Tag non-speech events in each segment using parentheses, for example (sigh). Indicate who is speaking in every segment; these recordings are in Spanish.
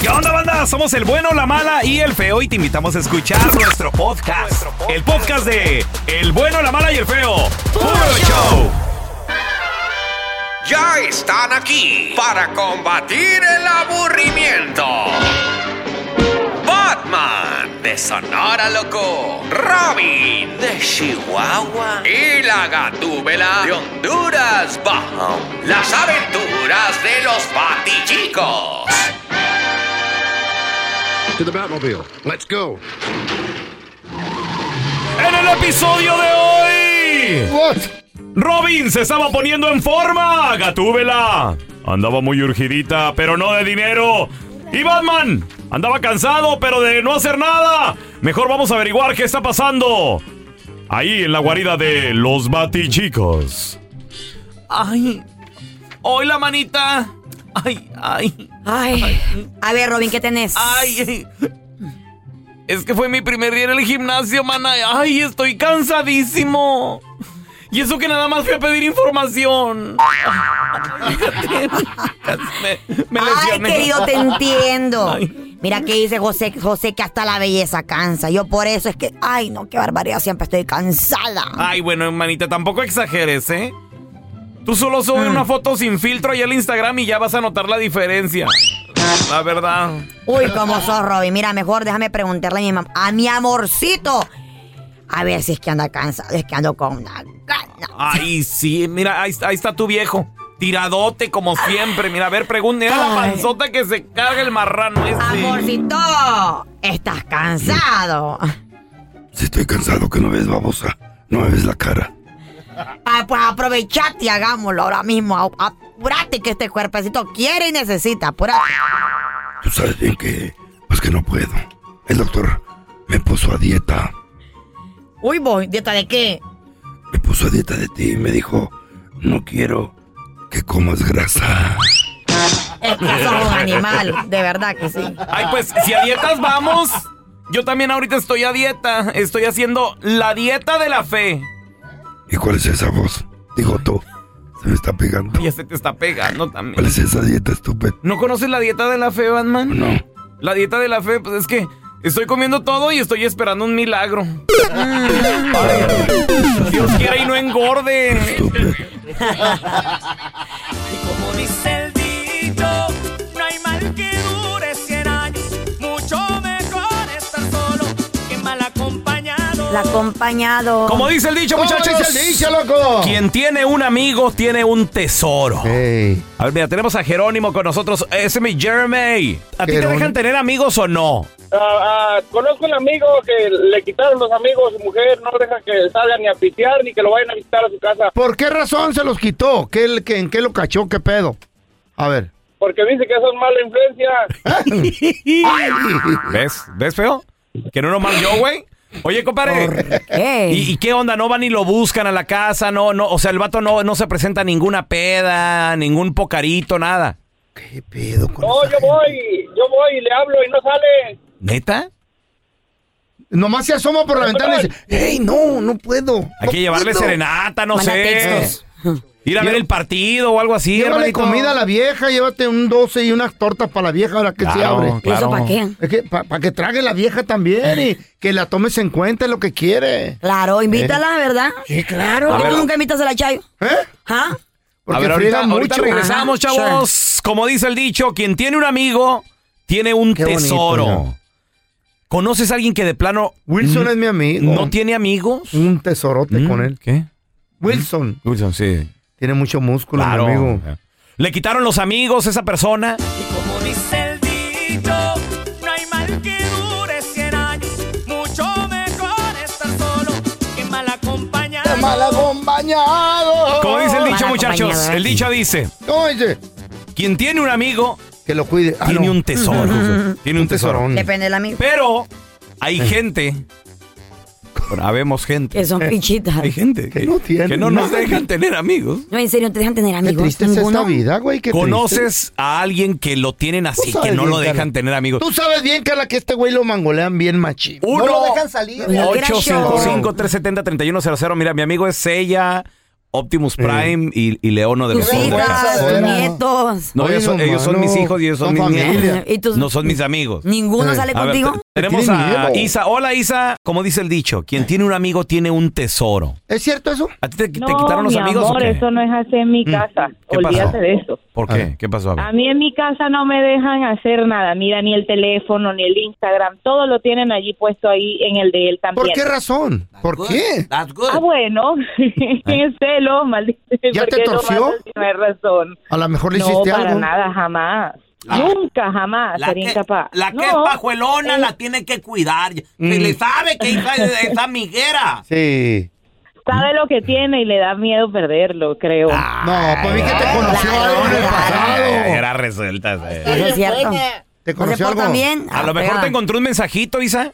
Speaker 1: ¿Qué onda, banda? Somos el bueno, la mala y el feo y te invitamos a escuchar nuestro podcast. El podcast de El bueno, la mala y el feo. ¡Puro show!
Speaker 2: Ya están aquí para combatir el aburrimiento. Batman de Sonora Loco, Robin de Chihuahua y la Gatúbela de Honduras Bajo. Las aventuras de los Batichicos.
Speaker 3: to the Batmobile. Let's go.
Speaker 1: En el episodio de hoy,
Speaker 3: What?
Speaker 1: Robin se estaba poniendo en forma. Gatúbela andaba muy urgidita, pero no de dinero. Y Batman andaba cansado, pero de no hacer nada. Mejor vamos a averiguar qué está pasando. Ahí en la guarida de los Batichicos. Ay. Hola, manita. Ay, ay.
Speaker 4: Ay. A ver, Robin, ¿qué tenés?
Speaker 1: Ay, es que fue mi primer día en el gimnasio, mana. Ay, estoy cansadísimo. Y eso que nada más fui a pedir
Speaker 4: (laughs)
Speaker 1: información. me, me
Speaker 4: Ay,
Speaker 1: lesioné.
Speaker 4: querido, te entiendo.
Speaker 1: Ay.
Speaker 4: Mira qué dice José, José que hasta la belleza cansa. Yo por eso es que, ay, no, qué barbaridad, siempre estoy cansada.
Speaker 1: Ay, bueno, hermanita, tampoco exageres, ¿eh? Tú solo
Speaker 4: Mm.
Speaker 1: sube una foto sin filtro ahí al Instagram y ya vas a notar la diferencia. La verdad.
Speaker 4: Uy, cómo sos, Robin. Mira, mejor déjame preguntarle a mi mamá, a mi amorcito. A ver si es que anda cansado, es que ando con una gana.
Speaker 1: Ay, sí, mira, ahí, ahí está tu viejo. Tiradote como siempre. Mira, a ver, pregúntale a la
Speaker 4: Ay.
Speaker 1: panzota que se carga el marrano este. ese.
Speaker 4: Amorcito, estás cansado.
Speaker 5: Si estoy cansado que no ves, babosa. No me ves la cara.
Speaker 4: Ah, pues aprovechate y hagámoslo ahora mismo. Au- Apurate que este cuerpecito quiere y necesita. Apurate.
Speaker 5: Tú sabes bien que... Pues que no puedo. El doctor me puso a dieta.
Speaker 4: Uy, voy, ¿dieta de qué?
Speaker 5: Me puso a dieta de ti y me dijo... No quiero que comas grasa.
Speaker 4: Es que sos un animal, de verdad que sí.
Speaker 1: Ay, pues si a dietas vamos. Yo también ahorita estoy a dieta. Estoy haciendo la dieta de la fe.
Speaker 5: ¿Y cuál es esa voz? Dijo tú. Se me está pegando.
Speaker 1: Ya se este te está pegando también.
Speaker 5: ¿Cuál es esa dieta estúpida?
Speaker 1: ¿No conoces la dieta de la fe, Batman?
Speaker 5: No.
Speaker 1: La dieta de la fe, pues es que estoy comiendo todo y estoy esperando un milagro.
Speaker 5: Ah.
Speaker 1: Dios quiera y no engorde.
Speaker 5: Estúpido.
Speaker 6: Como dice el dicho, no hay mal que dure 100 años. Mucho mejor estar solo que mal acompañado.
Speaker 4: La acompañado.
Speaker 1: Como dice el dicho, muchachos.
Speaker 3: ¿Cómo dice el dicho, loco?
Speaker 1: Quien tiene un amigo tiene un tesoro.
Speaker 3: Ey,
Speaker 1: A ver, mira, tenemos a Jerónimo con nosotros. Ese es mi Jeremy. ¿A ti te
Speaker 3: Jerónimo.
Speaker 1: dejan tener amigos o
Speaker 3: (laughs)
Speaker 1: no?
Speaker 7: Ah, ah, conozco un amigo que le quitaron los amigos, su mujer no deja que salga ni a pitear ni que lo vayan a visitar a su casa
Speaker 3: ¿Por qué razón se los quitó? ¿Qué, el- qué- ¿En qué lo cachó? ¿Qué pedo? A ver.
Speaker 7: porque dice que son mala influencia.
Speaker 3: (laughs)
Speaker 1: ¿Ves? ¿Ves, feo? Que no nomás yo, güey. Oye, compadre.
Speaker 4: ¿Qué?
Speaker 1: ¿Y, y qué onda? ¿No van y lo buscan a la casa? No, no. O sea, el vato no, no se presenta a ninguna peda, ningún pocarito, nada.
Speaker 3: ¿Qué pedo con
Speaker 7: No,
Speaker 3: esa
Speaker 7: yo
Speaker 3: gente?
Speaker 7: voy, yo voy y le hablo y no sale.
Speaker 1: ¿Neta?
Speaker 3: Nomás se asoma por la ventana y dice, hey, no, no puedo.
Speaker 1: Hay que llevarle serenata, no
Speaker 4: Manda
Speaker 1: sé.
Speaker 4: textos.
Speaker 1: Ir a ver el partido o algo así,
Speaker 3: Llévale
Speaker 1: hermanito.
Speaker 3: comida a la vieja, llévate un 12 y unas tortas para la vieja ahora que se
Speaker 1: Claro,
Speaker 3: abre.
Speaker 4: ¿Y eso
Speaker 1: claro.
Speaker 4: para qué?
Speaker 3: Es que para que trague la vieja también y que la tomes en cuenta lo que quiere.
Speaker 4: Claro, invítala, ¿verdad?
Speaker 3: Sí, Eh. claro.
Speaker 4: ¿Por
Speaker 1: A
Speaker 4: qué tú
Speaker 1: ver.
Speaker 4: nunca invitas a la Chayo?
Speaker 3: ¿Eh?
Speaker 4: ¿Ah?
Speaker 1: A
Speaker 3: Porque
Speaker 1: ver, ahorita,
Speaker 3: friegan
Speaker 1: ahorita
Speaker 3: mucho.
Speaker 1: regresamos,
Speaker 4: Ajá,
Speaker 1: chavos. Como dice el dicho, quien tiene un amigo tiene un
Speaker 3: Qué bonito,
Speaker 1: tesoro.
Speaker 3: ¿no?
Speaker 1: ¿Conoces a alguien que de plano
Speaker 3: Wilson es mi amigo.
Speaker 1: no tiene amigos?
Speaker 3: un tesorote con él.
Speaker 1: Mm, ¿Qué? Mm.
Speaker 3: Wilson
Speaker 1: Wilson, sí.
Speaker 3: tiene mucho músculo, mi
Speaker 1: Claro.
Speaker 3: amigo.
Speaker 1: Le quitaron los amigos a esa persona.
Speaker 6: Y como dice el dicho, no hay mal que dure 100 años. Mucho mejor estar solo que mal acompañado.
Speaker 3: acompañado.
Speaker 1: Como dice el dicho,
Speaker 4: Mal
Speaker 1: muchachos.
Speaker 4: acompañado, ¿eh?
Speaker 1: El dicho dice,
Speaker 3: ¿Cómo dice?
Speaker 1: quien tiene un amigo
Speaker 3: Que lo cuide. Ah,
Speaker 1: tiene
Speaker 3: no.
Speaker 1: un tesoro.
Speaker 4: (laughs)
Speaker 1: Tiene un
Speaker 3: Un
Speaker 1: tesoro.
Speaker 3: tesorón. Eh.
Speaker 4: Depende del amigo.
Speaker 1: Pero hay gente, bueno, habemos gente,
Speaker 4: Que son pinchitas.
Speaker 1: hay gente
Speaker 3: Eh. Que no tiene
Speaker 1: que no nos
Speaker 3: nada.
Speaker 1: dejan tener amigos.
Speaker 4: No, en serio, no te dejan tener
Speaker 3: Qué
Speaker 4: amigos.
Speaker 3: triste es esta
Speaker 4: ¿Ninguno?
Speaker 3: vida, güey. qué triste. Pues
Speaker 1: ¿Conoces a alguien que lo tienen así,
Speaker 3: Tú
Speaker 1: que
Speaker 3: sabes
Speaker 1: no lo
Speaker 3: bien,
Speaker 1: dejan
Speaker 3: Carla.
Speaker 1: tener amigos?
Speaker 3: Tú sabes bien, Carla, que este güey lo mangolean bien machín.
Speaker 1: Uno,
Speaker 3: no lo dejan salir.
Speaker 4: Mira, que era
Speaker 1: 855-370-3100. Mira, mi amigo es ella. Optimus Prime y, y Leono de
Speaker 4: Tus
Speaker 1: los
Speaker 4: hijas,
Speaker 1: Thundercats.
Speaker 4: tus
Speaker 3: Fuera.
Speaker 4: nietos.
Speaker 1: No,
Speaker 3: Oye,
Speaker 1: ellos son,
Speaker 3: hermano,
Speaker 1: ellos son mis hijos y ellos son,
Speaker 3: son
Speaker 1: mis nietos.
Speaker 3: familia.
Speaker 4: ¿Y tus-
Speaker 1: No son mis amigos.
Speaker 4: ¿Ninguno
Speaker 3: Eh.
Speaker 4: sale
Speaker 1: A ver,
Speaker 4: contigo?
Speaker 1: te- tenemos
Speaker 3: Tienen
Speaker 1: a
Speaker 3: miedo.
Speaker 1: Isa. Hola, Isa. Como dice el dicho, quien tiene un amigo tiene un tesoro.
Speaker 3: ¿Es cierto eso?
Speaker 1: ¿A ti te, te quitaron los
Speaker 8: mi
Speaker 1: amigos?
Speaker 8: amor,
Speaker 1: o qué?
Speaker 8: eso no es así en
Speaker 3: Mm.
Speaker 8: mi casa.
Speaker 1: ¿Qué pasó?
Speaker 8: Olvídate de eso.
Speaker 1: ¿Por
Speaker 3: A
Speaker 1: qué?
Speaker 3: ver.
Speaker 1: ¿Qué pasó? A ver.
Speaker 8: A mí en mi casa no me dejan hacer nada. Mira, ni el teléfono, ni el Instagram. Todo lo tienen allí puesto ahí en el de él
Speaker 3: ¿Por
Speaker 8: también.
Speaker 3: qué razón? ¿Por qué?
Speaker 7: That's good.
Speaker 8: Ah, bueno. (laughs) es celo, maldito.
Speaker 3: ¿Ya
Speaker 8: ¿Por
Speaker 3: te
Speaker 8: qué lo
Speaker 3: torció?
Speaker 8: mandas si No hay razón.
Speaker 3: A lo mejor le
Speaker 8: No,
Speaker 3: hiciste
Speaker 8: para
Speaker 3: algo.
Speaker 8: nada, jamás. Nunca, jamás.
Speaker 7: La
Speaker 8: sería
Speaker 7: que,
Speaker 8: incapaz.
Speaker 7: la que
Speaker 8: No.
Speaker 7: es pajuelona la tiene que cuidar.
Speaker 3: Mm.
Speaker 7: Si le sabe que hija es, es amiguera.
Speaker 3: Sí.
Speaker 8: Sabe lo que tiene y le da miedo perderlo, creo.
Speaker 3: No, pues vi que te conoció
Speaker 4: claro,
Speaker 3: algo en el
Speaker 4: claro.
Speaker 3: pasado.
Speaker 1: Era resuelta. eh.
Speaker 4: Eso es cierto.
Speaker 3: ¿Te
Speaker 4: ¿No se
Speaker 1: pues,
Speaker 3: conoció
Speaker 4: portan
Speaker 3: algo?
Speaker 4: bien?
Speaker 1: A
Speaker 4: Ah,
Speaker 1: lo mejor
Speaker 4: pega.
Speaker 1: te encontró un mensajito, Isa.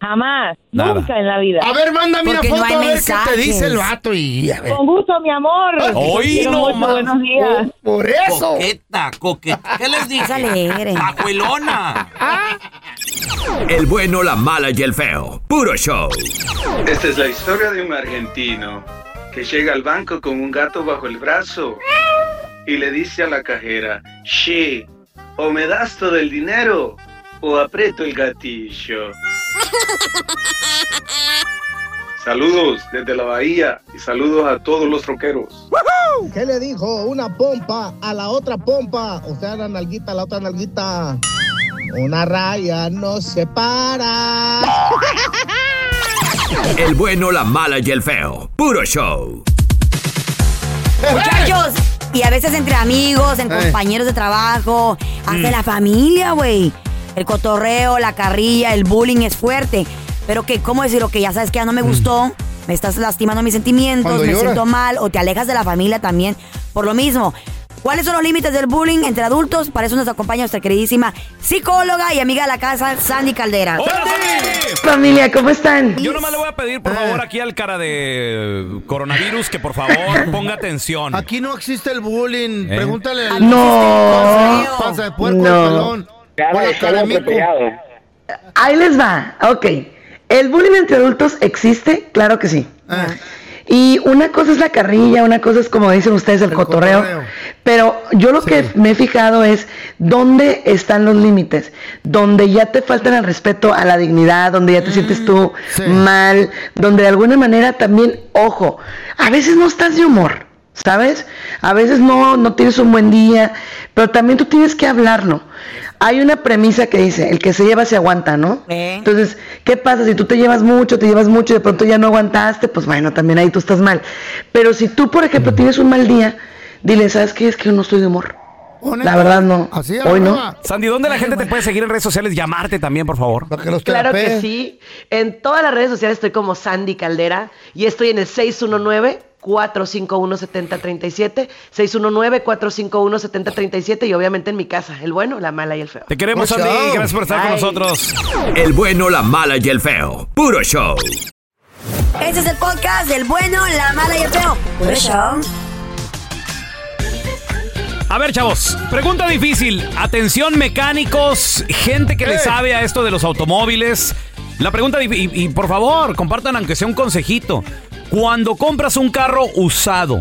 Speaker 8: Jamás.
Speaker 1: Nada.
Speaker 8: Nunca en la vida.
Speaker 3: A ver, mándame una
Speaker 4: Porque no
Speaker 3: foto
Speaker 4: hay
Speaker 3: a ver qué te
Speaker 4: mensajes.
Speaker 3: dice el vato y a ver.
Speaker 8: Con gusto, mi amor.
Speaker 1: Hoy
Speaker 8: Te quiero
Speaker 1: no
Speaker 8: mucho,
Speaker 1: más.
Speaker 8: Buenos días.
Speaker 3: Por eso.
Speaker 7: Coqueta, coqueta. ¿Qué les
Speaker 4: Es
Speaker 7: dije?
Speaker 4: alegre.
Speaker 7: Pajuelona.
Speaker 2: El bueno, la mala y el feo. Puro show.
Speaker 9: Esta es la historia de un argentino que llega al banco con un gato bajo el brazo y le dice a la cajera, che, o me das todo el dinero o aprieto el gatillo. saludos desde la bahía y saludos a todos los troqueros.
Speaker 10: ¿Qué le dijo una pompa a la otra pompa? O sea, la nalguita a la otra nalguita. Una raya no se para.
Speaker 2: El bueno, la mala y el feo. Puro show.
Speaker 4: Muchachos, y a veces entre amigos, en
Speaker 3: Eh. Mm.
Speaker 4: compañeros de trabajo, hasta la familia, güey. El cotorreo, la carrilla, el bullying es fuerte. Pero que, ¿cómo decirlo? Que ya sabes que ya no me gustó, me estás lastimando mis sentimientos,
Speaker 3: Mm. Cuando
Speaker 4: me
Speaker 3: llora.
Speaker 4: siento mal, o te alejas de la familia también por lo mismo. ¿Cuáles son los límites del bullying entre adultos? Para eso nos acompaña nuestra queridísima psicóloga y amiga de la casa, Sandy Caldera.
Speaker 1: ¡Hola, Sandy!
Speaker 10: Familia, ¿cómo están?
Speaker 1: Yo nomás le voy a pedir,
Speaker 3: Ah.
Speaker 1: por favor, aquí al cara de coronavirus que por
Speaker 3: (laughs)
Speaker 1: favor ponga atención.
Speaker 3: Aquí no existe el bullying.
Speaker 1: ¿Eh?
Speaker 3: Pregúntale
Speaker 4: Aquí
Speaker 3: al
Speaker 4: No.
Speaker 3: panza- panza de puerco, el
Speaker 10: No.
Speaker 3: pelón. o la calamico.
Speaker 10: Ahí les va. Ok. ¿El bullying entre adultos existe? Claro que sí.
Speaker 3: Ah,
Speaker 10: Y una cosa es la carrilla, una cosa es como dicen ustedes el,
Speaker 3: El
Speaker 10: cotorreo,
Speaker 3: cotorreo.
Speaker 10: Pero yo lo que me he fijado es dónde están los límites, donde ya te faltan el respeto a la dignidad, donde ya te sientes
Speaker 3: Mm,
Speaker 10: tú
Speaker 3: sí.
Speaker 10: mal, donde de alguna manera también, ojo, a veces no estás de humor, ¿sabes? A veces no, no tienes un buen día, pero también tú tienes que hablarlo. Hay una premisa que dice, el que se lleva se aguanta, ¿no?
Speaker 4: Eh.
Speaker 10: Entonces, ¿qué pasa? Si tú te llevas mucho, te llevas mucho y de pronto ya no aguantaste, pues bueno, también ahí tú estás mal. Pero si tú, por ejemplo, tienes un mal día, dile, ¿sabes qué? Es que yo no estoy de humor.
Speaker 3: honesta.
Speaker 10: La verdad no.
Speaker 3: Así
Speaker 10: Hoy no.
Speaker 3: arriba,
Speaker 1: Sandy, ¿dónde la gente te puede seguir en redes sociales? Llamarte también, por favor.
Speaker 3: Para que los
Speaker 10: Claro que
Speaker 3: terapeen.
Speaker 10: sí. En todas las redes sociales estoy como Sandy Caldera y estoy en el 619-451-7037, 619-451-7037 y obviamente en mi casa, el bueno, la mala y el feo.
Speaker 1: Te queremos,
Speaker 3: Mucho.
Speaker 1: Sandy. Gracias por estar con
Speaker 10: Bye.
Speaker 1: nosotros.
Speaker 2: El bueno, la mala y el feo. Puro show.
Speaker 4: Este es el podcast del bueno, la mala y el feo. Por eso.
Speaker 1: A ver, chavos. Pregunta difícil. Atención, mecánicos, gente que le sabe a esto de los automóviles. La pregunta difí- y, y por favor, compartan aunque sea un consejito. Cuando compras un carro usado,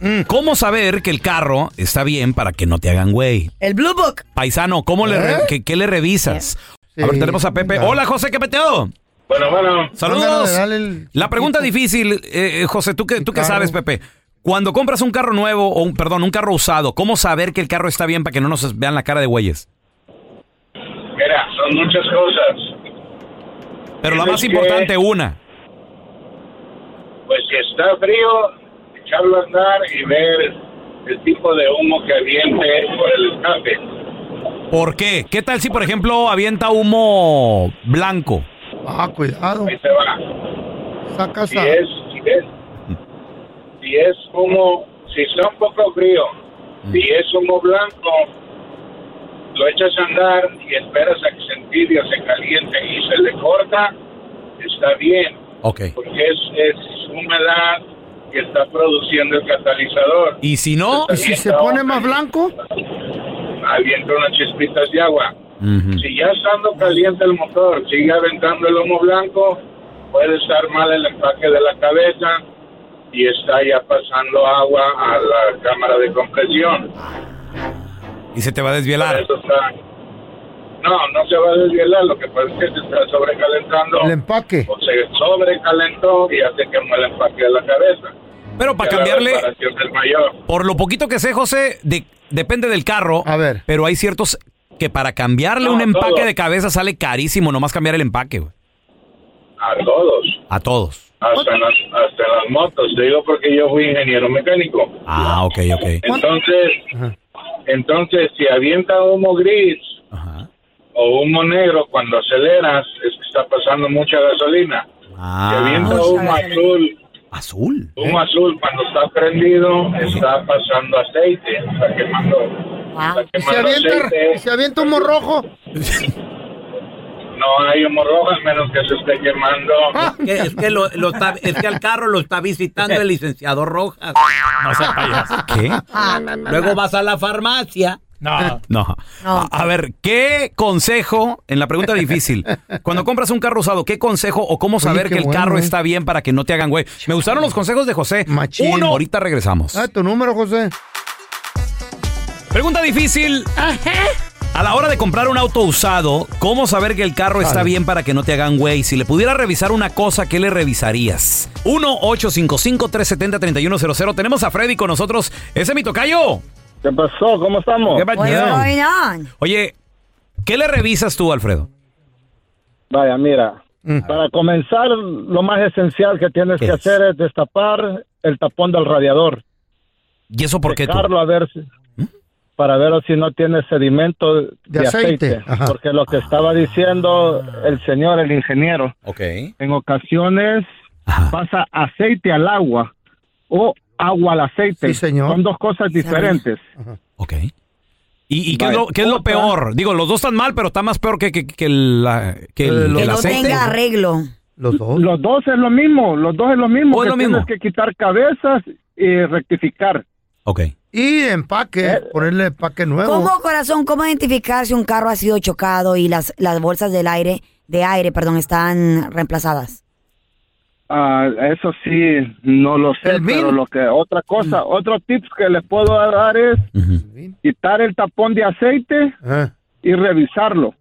Speaker 3: Mm.
Speaker 1: ¿cómo saber que el carro está bien para que no te hagan güey?
Speaker 4: El Blue Book.
Speaker 1: Paisano, ¿cómo le re- qué, qué le revisas? A ver,
Speaker 3: ¿Eh? Sí,
Speaker 1: tenemos a Pepe.
Speaker 3: claro.
Speaker 1: Hola, José, ¿qué peteo?
Speaker 11: Bueno, bueno.
Speaker 1: Saludos.
Speaker 3: Ándale, dale el-
Speaker 1: La pregunta difícil, eh, eh, José, tú que tú que
Speaker 3: Claro.
Speaker 1: sabes, Pepe. Cuando compras un carro nuevo o un, perdón, un carro usado, ¿cómo saber que el carro está bien para que no nos vean la cara de güeyes?
Speaker 11: Mira, son muchas cosas.
Speaker 1: Pero la
Speaker 11: Tienes
Speaker 1: más
Speaker 11: que-
Speaker 1: importante una.
Speaker 11: Pues si está frío, echarlo a andar y ver el tipo de humo que aviente por el escape.
Speaker 1: ¿Por qué? ¿Qué tal si por ejemplo avienta humo blanco?
Speaker 3: Ah, cuidado.
Speaker 11: Ahí se va.
Speaker 3: Sacas
Speaker 11: Si
Speaker 3: a...
Speaker 11: es, si es, si es humo, si está un poco frío, si
Speaker 3: Mm.
Speaker 11: es humo blanco, lo echas a andar y esperas a que se entibie o se caliente y se le corta, está bien,
Speaker 1: Ok.
Speaker 11: porque es, es humedad que está produciendo el catalizador.
Speaker 1: Y si no,
Speaker 3: ¿Y si se pone más blanco?
Speaker 11: Avienta unas chispitas de agua.
Speaker 1: Ujú.
Speaker 11: Si ya estando caliente el motor sigue aventando el humo blanco, puede estar mal el empaque de la cabeza y está ya pasando agua a la cámara de compresión.
Speaker 1: Y se te va a desvielar.
Speaker 11: Eso está- No, no se va a desvielar, lo que pasa es que se está sobrecalentando.
Speaker 3: El empaque.
Speaker 11: O se sobrecalentó y hace que me le empaque la cabeza.
Speaker 12: Pero para
Speaker 11: Ya la
Speaker 12: cambiarle-
Speaker 11: reparación es mayor.
Speaker 1: Por lo poquito que sé, José, de- depende del carro. A ver. Pero hay ciertos que para cambiarle un empaque
Speaker 12: todo.
Speaker 1: de cabeza sale carísimo, nomás cambiar el empaque, güey.
Speaker 11: A todos.
Speaker 1: A todos.
Speaker 11: Hasta en, las, hasta en las motos, te digo porque yo fui ingeniero mecánico.
Speaker 1: Ah, ok, ok.
Speaker 11: Entonces, entonces si avienta humo gris o humo negro cuando aceleras, es que está pasando mucha gasolina. si
Speaker 6: Ah,
Speaker 11: avienta humo azul,
Speaker 1: azul,
Speaker 11: humo azul cuando está prendido, está pasando aceite, está quemando. Está
Speaker 3: Y se
Speaker 11: quemando
Speaker 3: avienta,
Speaker 11: aceite.
Speaker 3: y se avienta humo rojo.
Speaker 11: No hay humo rojo al menos que se esté quemando.
Speaker 1: Ah,
Speaker 13: Que- es, que lo, lo está- es que al carro lo está visitando el licenciado Rojas.
Speaker 1: ¿Qué?
Speaker 13: Luego vas a la farmacia.
Speaker 1: No. No. A, a ver, ¿qué consejo, en la pregunta difícil, cuando compras un carro usado, ¿qué consejo o cómo saber
Speaker 3: qué
Speaker 1: que el
Speaker 3: bueno,
Speaker 1: carro
Speaker 3: eh.
Speaker 1: está bien para que no te hagan güey? Me gustaron los consejos de José. Uno. Ahorita regresamos.
Speaker 3: Ah, tu número, José.
Speaker 1: Pregunta difícil. A la hora de comprar un auto usado, ¿cómo saber que el carro está bien para que no te hagan güey? Si le pudiera revisar una cosa, ¿qué le revisarías? 1-855-370-3100. Tenemos a Freddy con nosotros. Ese es mi tocayo.
Speaker 7: ¿Qué pasó? ¿Cómo estamos?
Speaker 1: ¿Qué pasó? Oye, ¿qué le revisas tú, Alfredo?
Speaker 7: Vaya, mira.
Speaker 1: Mm.
Speaker 7: Para comenzar, lo más esencial que tienes que hacer es destapar el tapón del radiador.
Speaker 1: ¿Y eso por qué tú? ¿Mm?
Speaker 7: Dejarlo a ver si- para ver si no tiene sedimento de,
Speaker 3: aceite.
Speaker 7: aceite.
Speaker 3: Ajá.
Speaker 7: Porque lo que estaba
Speaker 1: Ah.
Speaker 7: diciendo el señor, el ingeniero, en ocasiones pasa aceite al agua o agua al aceite. Son dos cosas diferentes.
Speaker 1: ¿Y, y qué, es lo, qué es lo peor? Digo, los dos están mal, pero está más peor que, que- que el, ah, que
Speaker 7: Eh,
Speaker 1: el- el aceite.
Speaker 4: arreglo.
Speaker 3: Los dos.
Speaker 7: Los dos es lo mismo, los dos es lo mismo.
Speaker 1: ¿O es
Speaker 7: que
Speaker 1: lo mismo?
Speaker 7: Tienes que quitar cabezas y rectificar. Eh,
Speaker 1: Ok.
Speaker 3: Y empaque, ponerle empaque nuevo.
Speaker 4: ¿Cómo, corazón, cómo identificar si un carro ha sido chocado y las, las bolsas del aire, de aire, perdón, están reemplazadas?
Speaker 7: Ah, eso sí, no lo sé, pero lo que otra cosa,
Speaker 3: Mm.
Speaker 7: otro tips que les puedo dar es quitar el tapón de aceite
Speaker 1: Ah.
Speaker 7: y revisarlo.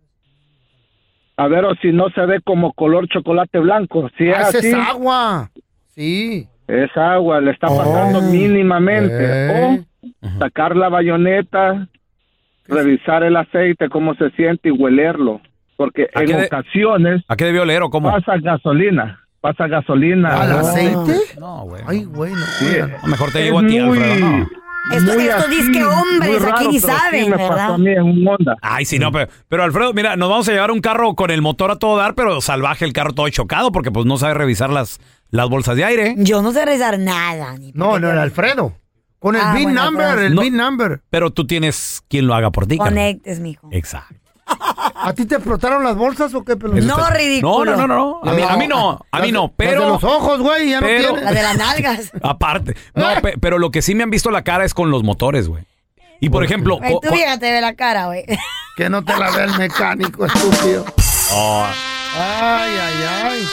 Speaker 7: A ver o si no se ve como color chocolate blanco. Si es
Speaker 3: Ah, esa
Speaker 7: así,
Speaker 3: es agua. Sí.
Speaker 7: es agua, le está pasando mínimamente.
Speaker 3: eh.
Speaker 7: O sacar la bayoneta, revisar el aceite, cómo se siente y huelerlo. Porque
Speaker 1: ¿A qué
Speaker 7: en
Speaker 1: de-
Speaker 7: ocasiones
Speaker 1: ¿A qué debió leer o cómo?
Speaker 7: pasa gasolina, pasa gasolina.
Speaker 1: ¿Al
Speaker 7: No.
Speaker 1: aceite?
Speaker 3: No, güey. Ay, güey, no.
Speaker 7: Sí.
Speaker 1: Mejor te
Speaker 7: Es
Speaker 1: llevo a ti,
Speaker 7: muy-
Speaker 1: Alfredo. no.
Speaker 4: Estos,
Speaker 7: Muy
Speaker 4: estos
Speaker 7: así,
Speaker 4: disque
Speaker 7: muy
Speaker 4: hombres
Speaker 7: raro,
Speaker 4: aquí ni
Speaker 7: pero sí
Speaker 4: saben,
Speaker 7: me pasó
Speaker 4: ¿verdad?
Speaker 7: a mí en un Honda.
Speaker 1: Ay, sí, no, pero, pero Alfredo, mira, nos vamos a llevar un carro con el motor a todo dar, pero salvaje el carro todo chocado, porque pues no sabe revisar las, las bolsas de aire.
Speaker 4: Yo no sé rezar nada. ni-
Speaker 3: No, no, el Alfredo. Con el
Speaker 4: Ah,
Speaker 3: bin
Speaker 4: bueno,
Speaker 3: number,
Speaker 4: pues.
Speaker 3: el
Speaker 1: No.
Speaker 3: bin number.
Speaker 1: Pero tú tienes quien lo haga por ti. carnal.
Speaker 4: Conectes, mijo.
Speaker 1: Exacto.
Speaker 3: ¿A ti te explotaron las bolsas o qué, pelón?
Speaker 1: Eso está- No, no, no, no. A mí, a mí no, a mí no, pero...
Speaker 3: Las de los ojos, güey, ya
Speaker 1: pero-
Speaker 3: no tiene.
Speaker 1: Las de
Speaker 4: las nalgas.
Speaker 1: Aparte. No, pe- pero lo que sí me han visto la cara es con los motores, güey. Y por ejemplo...
Speaker 4: Güey,
Speaker 1: co-
Speaker 4: tú
Speaker 1: co-
Speaker 4: vieja te ve la cara, güey.
Speaker 3: Que no te la ve el mecánico, estúpido.
Speaker 1: Oh,
Speaker 3: Ay, ay, ay.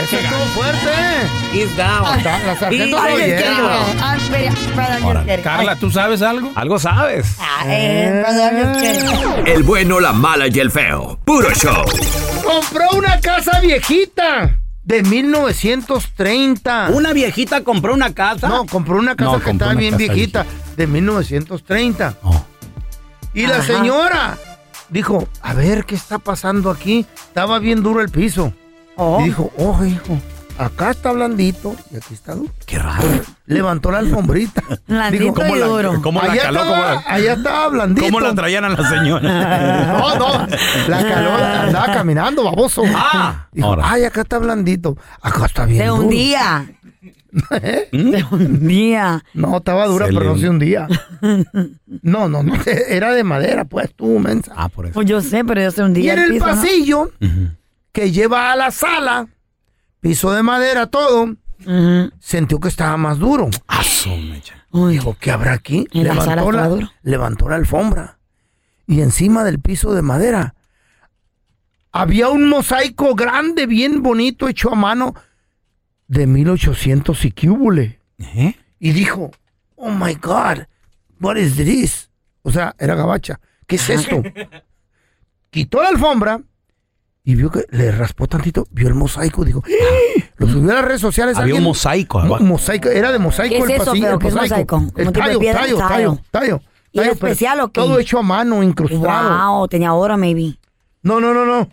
Speaker 3: Eso estuvo fuerte.
Speaker 13: He's down.
Speaker 3: Sa- La sargento
Speaker 13: He's
Speaker 3: está oyendo.
Speaker 13: down.
Speaker 4: Ah, espera, perdón, yo quiero.
Speaker 13: Carla, ¿tú sabes algo?
Speaker 1: Algo sabes.
Speaker 4: Ah, eh, perdón, yo quiero.
Speaker 2: El bueno, la mala y el feo. Puro show.
Speaker 3: Compró una casa viejita de 1930.
Speaker 13: ¿Una viejita compró una casa?
Speaker 3: No, compró una casa
Speaker 13: No,
Speaker 3: que
Speaker 13: compró
Speaker 3: estaba
Speaker 13: una
Speaker 3: bien
Speaker 13: casa
Speaker 3: viejita, de 1930. Y la
Speaker 13: Ajá.
Speaker 3: señora dijo, a ver, ¿qué está pasando aquí? Estaba bien duro el piso. Y dijo, oh, hijo, acá está blandito y aquí está duro.
Speaker 1: Qué raro.
Speaker 3: Levantó la alfombrita.
Speaker 1: Blandito ¿Cómo y la- duro. cómo la
Speaker 3: allá
Speaker 1: caló?
Speaker 3: Estaba,
Speaker 1: ¿Cómo la-
Speaker 3: allá estaba blandito.
Speaker 1: ¿Cómo la traían a la señora?
Speaker 3: (laughs) No, no. La calor andaba caminando, baboso. Ah, Dijo,
Speaker 1: ahora.
Speaker 3: ay, acá está blandito. Acá está bien.
Speaker 4: Se
Speaker 3: duro. ¿Eh?
Speaker 4: hundía.
Speaker 1: Se
Speaker 4: hundía.
Speaker 3: No, estaba dura,
Speaker 1: ¿Mm? Se le
Speaker 3: pero no se
Speaker 1: hun-
Speaker 3: hundía.
Speaker 4: (laughs)
Speaker 3: No, no, no. Era de madera, pues, tú, mensa.
Speaker 1: Ah, por eso.
Speaker 4: Pues yo sé, pero yo se hundía.
Speaker 3: Y en el
Speaker 4: piso, ¿no?
Speaker 3: pasillo que lleva a la sala, piso de madera, todo, sintió que estaba más duro. Dijo, ¿qué habrá aquí?
Speaker 4: En la sala
Speaker 3: Levantó
Speaker 4: estaba
Speaker 3: la,
Speaker 4: duro.
Speaker 3: levantó la alfombra. Y encima del piso de madera había un mosaico grande, bien bonito, hecho a mano, de 1800 y cúbule. Y dijo, oh my God, what is this? O sea, era gabacha. ¿Qué es
Speaker 5: (laughs)
Speaker 3: esto? Quitó la alfombra y vio que le raspó tantito, vio el mosaico, dijo, "¡Ah!". lo subió a las redes
Speaker 1: Mm.
Speaker 3: sociales.
Speaker 1: Había
Speaker 3: alguien.
Speaker 1: un mosaico
Speaker 3: Mo-
Speaker 1: abajo.
Speaker 3: mosaico, era de mosaico
Speaker 4: ¿Qué es
Speaker 3: el
Speaker 4: eso,
Speaker 3: pasillo,
Speaker 4: Pedro?
Speaker 3: el
Speaker 4: ¿Qué es mosaico?
Speaker 3: El
Speaker 4: ¿Como tipo de
Speaker 3: tallo,
Speaker 4: piedra?
Speaker 3: tallo,
Speaker 4: Tallo.
Speaker 3: tallo, tallo.
Speaker 4: ¿Y era
Speaker 3: tallo, pero
Speaker 4: especial o qué?
Speaker 3: Todo hecho a mano, incrustado.
Speaker 4: Wow, tenía oro, maybe.
Speaker 3: No, no, no, no.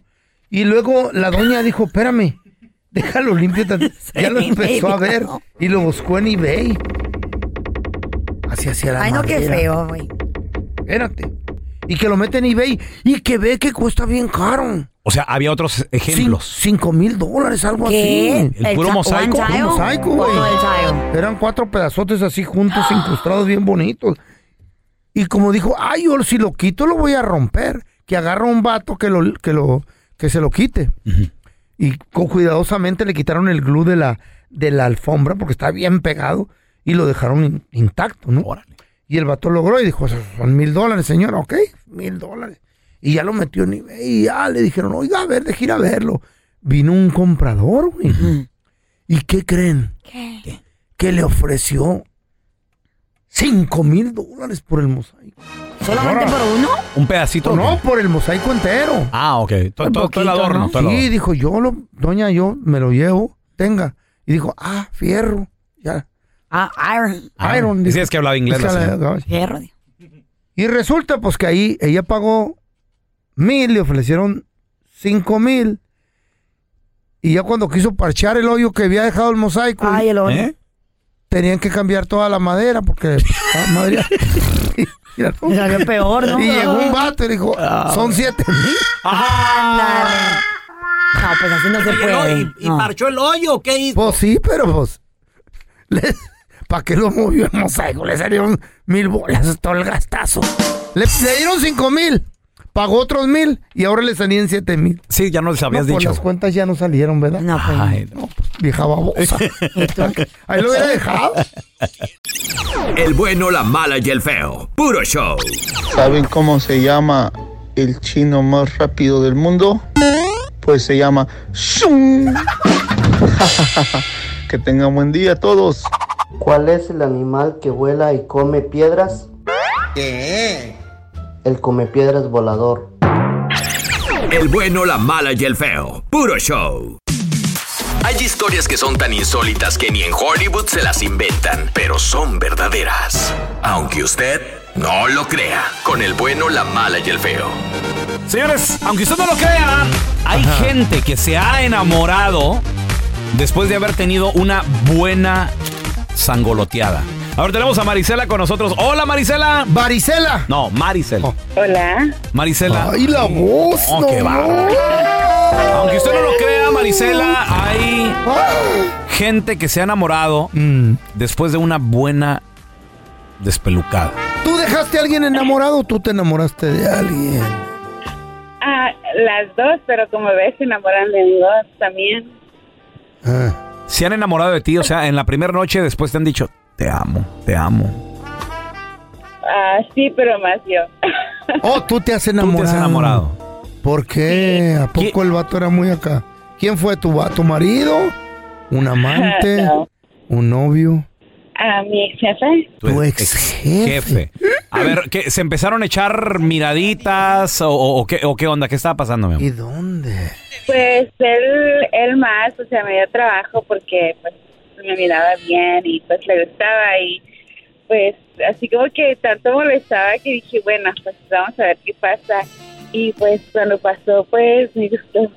Speaker 3: Y luego la doña dijo, espérame, déjalo limpio.
Speaker 4: (laughs)
Speaker 3: tantito". ya lo empezó a ver y lo buscó en eBay. Así hacía la
Speaker 4: Ay, no, qué
Speaker 3: madera.
Speaker 4: feo, güey.
Speaker 3: Espérate. Y que lo mete en eBay y que ve que cuesta bien caro.
Speaker 1: O sea, había otros ejemplos.
Speaker 3: Cinco mil dólares, algo
Speaker 1: ¿Qué?
Speaker 3: así.
Speaker 1: ¿El ¿El puro cha- mosaico? one
Speaker 3: Puro
Speaker 1: tile?
Speaker 3: mosaico,
Speaker 1: Todo
Speaker 3: güey.
Speaker 1: el
Speaker 3: Eran cuatro pedazotes
Speaker 1: (gasps)
Speaker 3: así juntos, incrustados, bien bonitos. Y como dijo, ay, yo si lo quito lo voy a romper. Que agarra un vato que lo, que lo, que se lo quite. Y co- cuidadosamente le quitaron el glue de la, de la alfombra porque está bien pegado y lo dejaron in- intacto, ¿no? Y el vato logró y dijo, son mil dólares, señora, ok, mil dólares. Y ya lo metió en eBay y ya le dijeron, oiga, a ver, deje ir a verlo. Vino un comprador, güey. ¿Y qué creen? ¿Qué? Que le ofreció cinco mil dólares por el mosaico.
Speaker 4: ¿Solamente por uno?
Speaker 1: Un pedacito.
Speaker 3: No, por el mosaico entero.
Speaker 1: Ah, ok. Todo,
Speaker 3: Un
Speaker 1: todo- todo el
Speaker 3: Pues poquito,
Speaker 1: adorno.
Speaker 3: ¿no?
Speaker 1: todo el
Speaker 3: Sí,
Speaker 1: adorno.
Speaker 3: dijo, yo lo, doña, yo me lo llevo, tenga. Y dijo, ah, fierro, ya.
Speaker 4: Ah, iron.
Speaker 1: Ah,
Speaker 3: Iron.
Speaker 1: sí,
Speaker 3: dijo.
Speaker 1: es que hablaba inglés
Speaker 3: Es que
Speaker 1: la señora.
Speaker 3: hablaba-
Speaker 4: Fierro. dijo.
Speaker 3: Y resulta, pues, que ahí ella pagó mil, le ofrecieron cinco mil. Y ya cuando quiso parchar el hoyo que había dejado el mosaico,
Speaker 4: Ay, el hoyo.
Speaker 1: ¿Eh?
Speaker 3: tenían que cambiar toda la madera porque estaba
Speaker 4: (laughs)
Speaker 3: madreada. Mira, no.
Speaker 4: Salió peor, ¿no? Ah,
Speaker 3: Y llegó un vato y le dijo, son siete mil.
Speaker 4: Ándale. No, pues así no se
Speaker 13: Oye, no,
Speaker 4: puede.
Speaker 13: y- y parchó el hoyo, ¿qué hizo?
Speaker 3: Pues sí, pero pues. ¿Para qué lo movió el mosaico? Le salieron mil bolas todo el gastazo. Le, le dieron cinco mil, pagó otros mil y ahora le salían siete mil.
Speaker 1: Sí, ya no les habías
Speaker 3: No, pues,
Speaker 1: dicho.
Speaker 3: las cuentas ya no salieron, ¿verdad?
Speaker 4: No, pues.
Speaker 1: Ay,
Speaker 3: no, pues, vieja
Speaker 4: (laughs)
Speaker 3: babosa. Ahí lo hubiera dejado.
Speaker 14: El bueno, la mala y el feo. Puro show.
Speaker 15: ¿Saben cómo se llama el chino más rápido del mundo? Pues se llama Shun. (laughs) que tengan buen día todos.
Speaker 16: ¿Cuál es el animal que vuela y come piedras? El come piedras volador.
Speaker 14: El bueno, la mala y el feo. Puro show. Hay historias que son tan insólitas que ni en Hollywood se las inventan, pero son verdaderas. Aunque usted no lo crea. Con el bueno, la mala y el feo.
Speaker 1: Señores, aunque usted no lo crea, hay gente que se ha enamorado después de haber tenido una buena sangoloteada. Ahora tenemos a Marisela con nosotros. Hola, Marisela.
Speaker 3: Marisela. Oh.
Speaker 1: No, Marisela.
Speaker 17: Hola.
Speaker 1: Marisela.
Speaker 3: Ay, la voz.
Speaker 1: Oh, qué bárbaro. Aunque usted no lo crea, Marisela, hay
Speaker 3: Ah,
Speaker 1: gente que se ha enamorado
Speaker 3: Mm.
Speaker 1: después de una buena despelucada.
Speaker 3: ¿Tú dejaste a alguien enamorado o tú te enamoraste
Speaker 15: (laughs)
Speaker 3: de alguien?
Speaker 17: Ah, las dos, pero como ves, se enamoran de dos también.
Speaker 3: Ah.
Speaker 1: Se han enamorado de ti, o sea, en la primera noche después te han dicho, te amo, te amo.
Speaker 17: Ah, sí, pero más yo. (laughs)
Speaker 3: Oh, tú te has enamorado.
Speaker 1: enamorado.
Speaker 3: ¿Por qué? ¿A poco el vato era muy acá? ¿Quién fue tu vato? marido?
Speaker 17: (laughs)
Speaker 3: ¿Un amante?
Speaker 17: No.
Speaker 3: ¿Un novio?
Speaker 17: A mi ex jefe.
Speaker 3: ¿Tu ex jefe?
Speaker 1: A ver, ¿qué, ¿se empezaron a echar miraditas o, o- o qué, o qué onda? ¿Qué estaba pasando, mi amor?
Speaker 3: ¿Y dónde?
Speaker 17: Pues él, él más, o sea, me dio trabajo porque pues me miraba bien y pues le gustaba y pues así como que tanto molestaba que dije, bueno, pues vamos a ver qué pasa. Y pues cuando pasó, pues me gustó.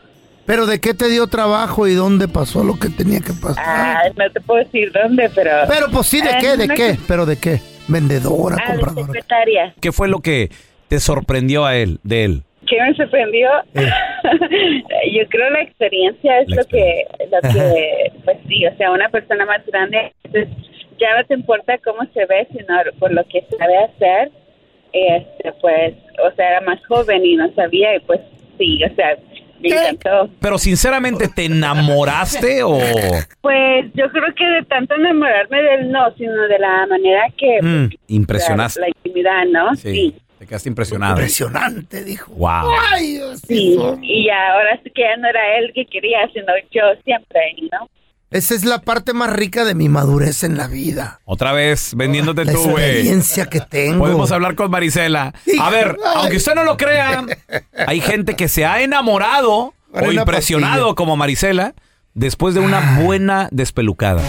Speaker 3: ¿Pero de qué te dio trabajo y dónde pasó lo que tenía que pasar?
Speaker 17: Ah, no te puedo decir dónde, pero...
Speaker 3: Pero pues sí, ¿de
Speaker 17: Ah,
Speaker 3: qué? ¿De
Speaker 17: una
Speaker 3: qué? ¿Pero de qué? ¿Vendedora?
Speaker 17: Ah, de
Speaker 3: ¿Compradora?
Speaker 17: secretaria.
Speaker 1: ¿Qué fue lo que te sorprendió a él, de él?
Speaker 17: ¿Qué me sorprendió? (laughs) Yo creo la experiencia es
Speaker 1: La
Speaker 17: lo que, lo
Speaker 1: (laughs)
Speaker 17: que, pues sí, o sea, una persona más grande, entonces, ya no te importa cómo se ve, sino por lo que sabe hacer, este, pues, o sea, era más joven y no sabía, y pues sí, o sea, me encantó.
Speaker 1: Pero sinceramente, ¿te enamoraste
Speaker 3: (laughs)
Speaker 1: o...?
Speaker 17: Pues yo creo que de tanto enamorarme de él, no, sino de la manera que...
Speaker 1: Mm,
Speaker 17: pues,
Speaker 1: impresionaste.
Speaker 17: La, la intimidad, ¿no?
Speaker 1: Sí, te quedaste impresionado.
Speaker 3: Impresionante, dijo.
Speaker 1: Wow.
Speaker 3: Ay, Dios
Speaker 17: Sí, y ahora sí que ya no era él que quería, sino yo siempre, ¿no?
Speaker 3: Esa es la parte más rica de mi madurez en la vida.
Speaker 1: Otra vez vendiéndote
Speaker 3: La
Speaker 1: tú, güey.
Speaker 3: experiencia que tengo.
Speaker 1: Podemos hablar con Marisela. A ver, aunque usted no lo crea, hay gente que se ha enamorado
Speaker 3: Para
Speaker 1: o
Speaker 3: una
Speaker 1: impresionado
Speaker 3: pastilla. Ah.
Speaker 1: como Marisela después de una buena despelucada.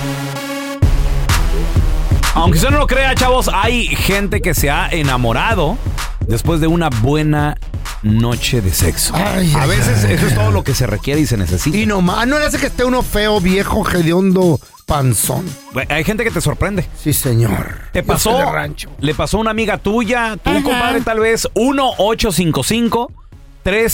Speaker 1: Aunque usted no lo crea, chavos, hay gente que se ha enamorado después de una buena noche de sexo. a veces eso es todo lo que se requiere y se necesita.
Speaker 3: Y nomás, no le hace que esté uno feo, viejo, hediondo, panzón.
Speaker 1: Güey, Hay gente que te sorprende.
Speaker 3: Sí, señor.
Speaker 1: ¿Te
Speaker 3: Yo
Speaker 1: pasó?
Speaker 3: soy de rancho.
Speaker 1: ¿Le pasó a una amiga tuya? ¿Tú, compadre, tal vez?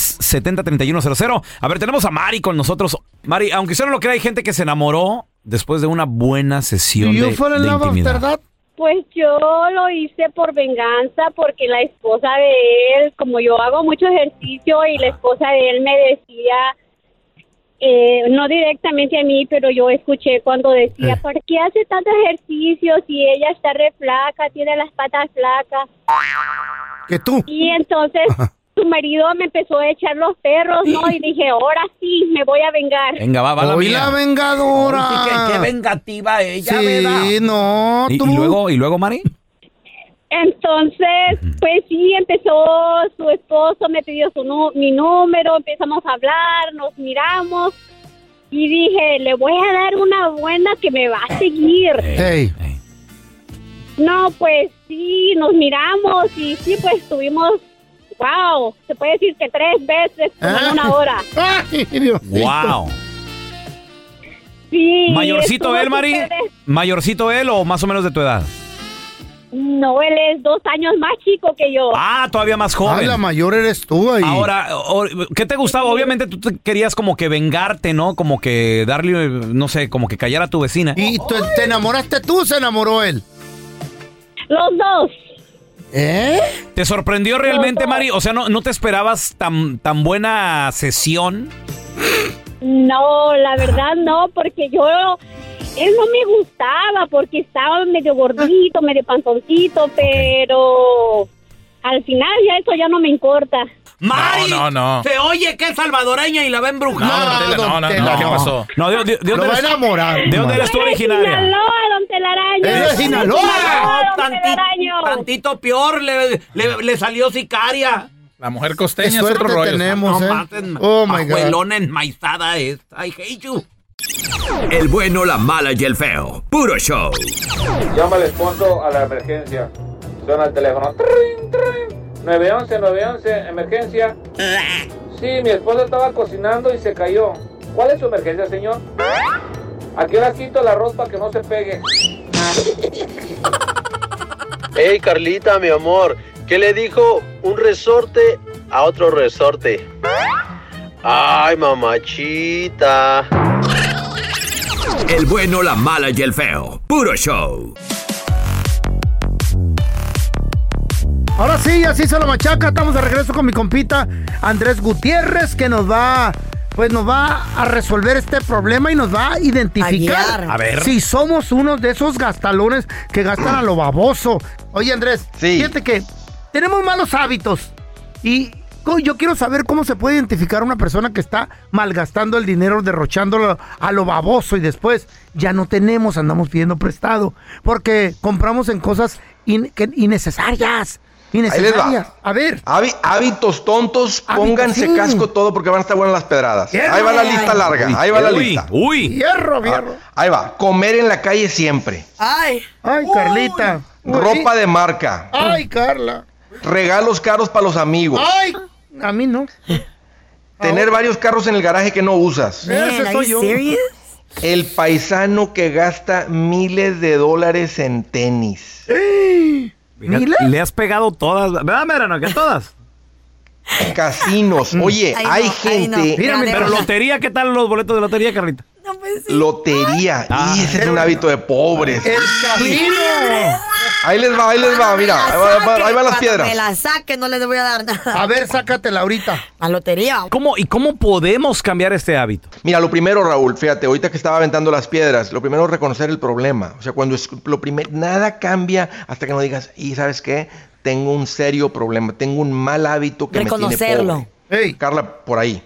Speaker 1: 1-855-370-3100. A ver, tenemos a Mari con nosotros. Mari, aunque usted no lo crea, hay gente que se enamoró después de una buena sesión de, de intimidad.
Speaker 18: Pues yo lo hice por venganza porque la esposa de él, como yo hago mucho ejercicio y la esposa de él me decía, eh, no directamente a mí, pero yo escuché cuando decía,
Speaker 1: Eh.
Speaker 18: ¿por qué hace tanto ejercicio si ella está re flaca, tiene las patas flacas?
Speaker 3: ¿Que tú?
Speaker 18: Y entonces su marido me empezó a echar los perros, ¿no? Y dije, ahora sí, me voy a vengar.
Speaker 1: Venga, va, va la
Speaker 3: Hoy
Speaker 1: mía.
Speaker 3: la vengadora.
Speaker 18: Ay, sí, qué- qué
Speaker 1: vengativa ella,
Speaker 3: Sí,
Speaker 1: ¿verdad?
Speaker 3: no,
Speaker 1: ¿Y, y
Speaker 3: tú.
Speaker 1: luego, ¿Y luego, Mari?
Speaker 18: Entonces, pues sí, empezó su esposo, me pidió su nu- mi número, empezamos a hablar, nos miramos y dije, le voy a dar una buena que me va a seguir.
Speaker 3: Ey.
Speaker 18: No, pues sí, nos miramos y sí, pues tuvimos, wow, se puede decir que tres veces en una
Speaker 3: (laughs)
Speaker 18: hora.
Speaker 1: ¡Wow!
Speaker 18: Sí,
Speaker 1: ¿Mayorcito
Speaker 18: estuvo
Speaker 1: él, Mari?
Speaker 18: súper de-
Speaker 1: ¿Mayorcito él o más o menos de tu edad?
Speaker 18: No, él es dos años más chico que yo.
Speaker 1: Ah, todavía más joven.
Speaker 3: Ah, la mayor eres tú ahí.
Speaker 1: Ahora, o- ¿qué te gustaba? Obviamente tú te querías como que vengarte, ¿no? Como que darle, no sé, como que callar a tu vecina.
Speaker 3: ¿Y tú- te enamoraste tú o se enamoró él?
Speaker 18: Los dos.
Speaker 3: ¿Eh?
Speaker 1: ¿Te sorprendió realmente, Mari? O sea, ¿no, no te esperabas tan, tan buena sesión?
Speaker 18: No, la verdad no, porque yo él no me gustaba porque estaba medio gordito, medio panzoncito, pero al final ya eso ya no me importa.
Speaker 13: ¡Mari!
Speaker 1: No, no, no.
Speaker 13: Se oye que es salvadoreña y la va a embrujar.
Speaker 1: No, no, no, no. No, ¿de, de- de
Speaker 13: Lo
Speaker 1: dónde
Speaker 13: va
Speaker 1: eres?
Speaker 13: a enamorar,
Speaker 1: ¿De dónde
Speaker 13: Mari.
Speaker 1: eres tú
Speaker 13: Eres
Speaker 1: originaria?
Speaker 18: Sinaloa, don Telaraño.
Speaker 1: Es de Sinaloa.
Speaker 13: No, tantito, tantito peor, le, le- le salió sicaria.
Speaker 19: La mujer costeña es
Speaker 13: suerte
Speaker 19: otro rollo.
Speaker 13: tenemos, No ¿eh? maten,
Speaker 19: oh
Speaker 13: my God. Pelona enmaizada es. I hate you.
Speaker 14: El bueno, la mala y el feo. Puro show.
Speaker 20: Llama al esposo a la emergencia. Suena el teléfono. Trin, trin. 911, 911, emergencia. Sí, mi esposa estaba cocinando y se cayó. ¿Cuál es su emergencia, señor? ¿A qué hora quito el arroz para que no se pegue?
Speaker 21: Hey Carlita, mi amor, ¿qué le dijo un resorte a otro resorte? Ay, mamachita.
Speaker 14: El bueno, la mala y el feo. Puro show.
Speaker 3: Ahora sí, así se lo machaca. Estamos de regreso con mi compita Andrés Gutiérrez, que nos va, pues nos va a resolver este problema y nos va a identificar
Speaker 1: guiar. A ver.
Speaker 3: si somos uno de esos gastalones que gastan a lo baboso. Oye, Andrés, fíjate que tenemos malos hábitos y co- yo quiero saber cómo se puede identificar una persona que está malgastando el dinero, derrochándolo a lo baboso y después ya no tenemos, andamos pidiendo prestado porque compramos en cosas in- que- innecesarias.
Speaker 9: Ahí les va.
Speaker 3: Innecesarias. A ver.
Speaker 9: Hábi- hábitos tontos,
Speaker 3: Hábitos,
Speaker 9: pónganse
Speaker 3: sí.
Speaker 9: casco todo porque van a estar buenas las pedradas. ahí va la lista larga, ahí va la lista.
Speaker 1: Uy.
Speaker 3: Hierro,
Speaker 9: hierro. ahí va, comer en la calle siempre.
Speaker 3: Ay. Ay, Carlita.
Speaker 9: Ropa de marca.
Speaker 3: Ay, Carla.
Speaker 9: Regalos caros para los amigos.
Speaker 3: Ay, a mí no.
Speaker 9: Tener varios carros en el garaje que no usas.
Speaker 3: Man, Ah, Ese are soy you yo. serious?
Speaker 9: El paisano que gasta miles de dólares en tenis.
Speaker 1: Mira, Le has pegado todas, ¿verdad, Merano? Que todas.
Speaker 9: Casinos.
Speaker 13: Mm.
Speaker 9: Oye,
Speaker 1: Mm. Ay,
Speaker 9: hay
Speaker 1: no, ay,
Speaker 9: gente.
Speaker 1: no. Mírame, pero lotería, ¿qué tal los boletos de lotería, Carlita?
Speaker 9: Lotería. Y ese es un hábito de pobres.
Speaker 3: Ah. El casino.
Speaker 9: Ahí les va, ahí les va, mira. Ahí, va- ahí va- ahí van las piedras.
Speaker 4: Me la saque, no les voy a dar nada.
Speaker 3: A ver, sácatela ahorita.
Speaker 4: La lotería.
Speaker 1: ¿Cómo, ¿Y cómo podemos cambiar este hábito?
Speaker 9: Mira, lo primero, Raúl, fíjate, ahorita que estaba aventando las piedras, lo primero es reconocer el problema. O sea, cuando es lo primero, nada cambia hasta que no digas, y sabes qué, tengo un serio problema, tengo un mal hábito que me tiene
Speaker 4: Reconocerlo.
Speaker 9: pobre. Carla, por ahí.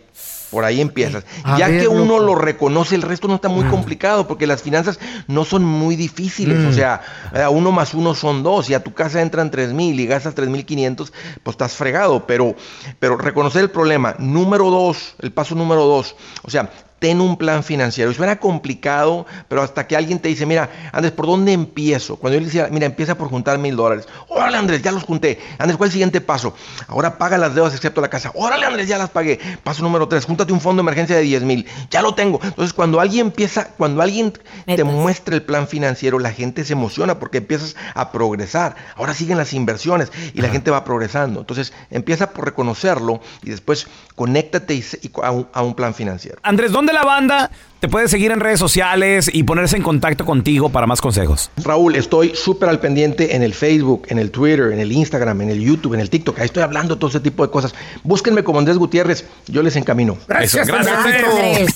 Speaker 9: Por ahí empiezas.
Speaker 3: A
Speaker 9: ya
Speaker 3: ver,
Speaker 9: que uno
Speaker 3: loco. Mm.
Speaker 9: lo reconoce, el resto no está muy complicado porque las finanzas no son muy difíciles. O
Speaker 3: Mm.
Speaker 9: sea, eh, uno más uno son dos y a tu casa entran tres mil y gastas tres mil quinientos, pues estás fregado. Pero, pero reconocer el problema. Número dos, el paso número dos. O sea, ten un plan financiero. Y suena complicado, pero hasta que alguien te dice, mira, Andrés, ¿por dónde empiezo? Cuando yo le decía, mira, empieza por juntar mil dólares. Órale, Andrés, ya los junté. Andrés, ¿cuál es el siguiente paso? Ahora paga las deudas excepto la casa. Órale, Andrés, ya las pagué. Paso número tres, júntate un fondo de emergencia de 10 mil. Ya lo tengo. Entonces, cuando alguien empieza, cuando alguien te muestra el plan financiero, la gente se emociona porque empiezas a progresar. Ahora siguen las inversiones y la gente va progresando. Entonces, empieza por reconocerlo y después conéctate y se- y a un- a un plan financiero.
Speaker 1: Andrés, ¿dónde la banda te puede seguir en redes sociales y ponerse en contacto contigo para más consejos?
Speaker 9: Raúl, estoy súper al pendiente en el Facebook, en el Twitter, en el Instagram, en el YouTube, en el TikTok. Ahí estoy hablando todo ese tipo de cosas. Búsquenme como Andrés Gutiérrez, yo les encamino.
Speaker 12: Gracias, Eso, gracias, Andrés.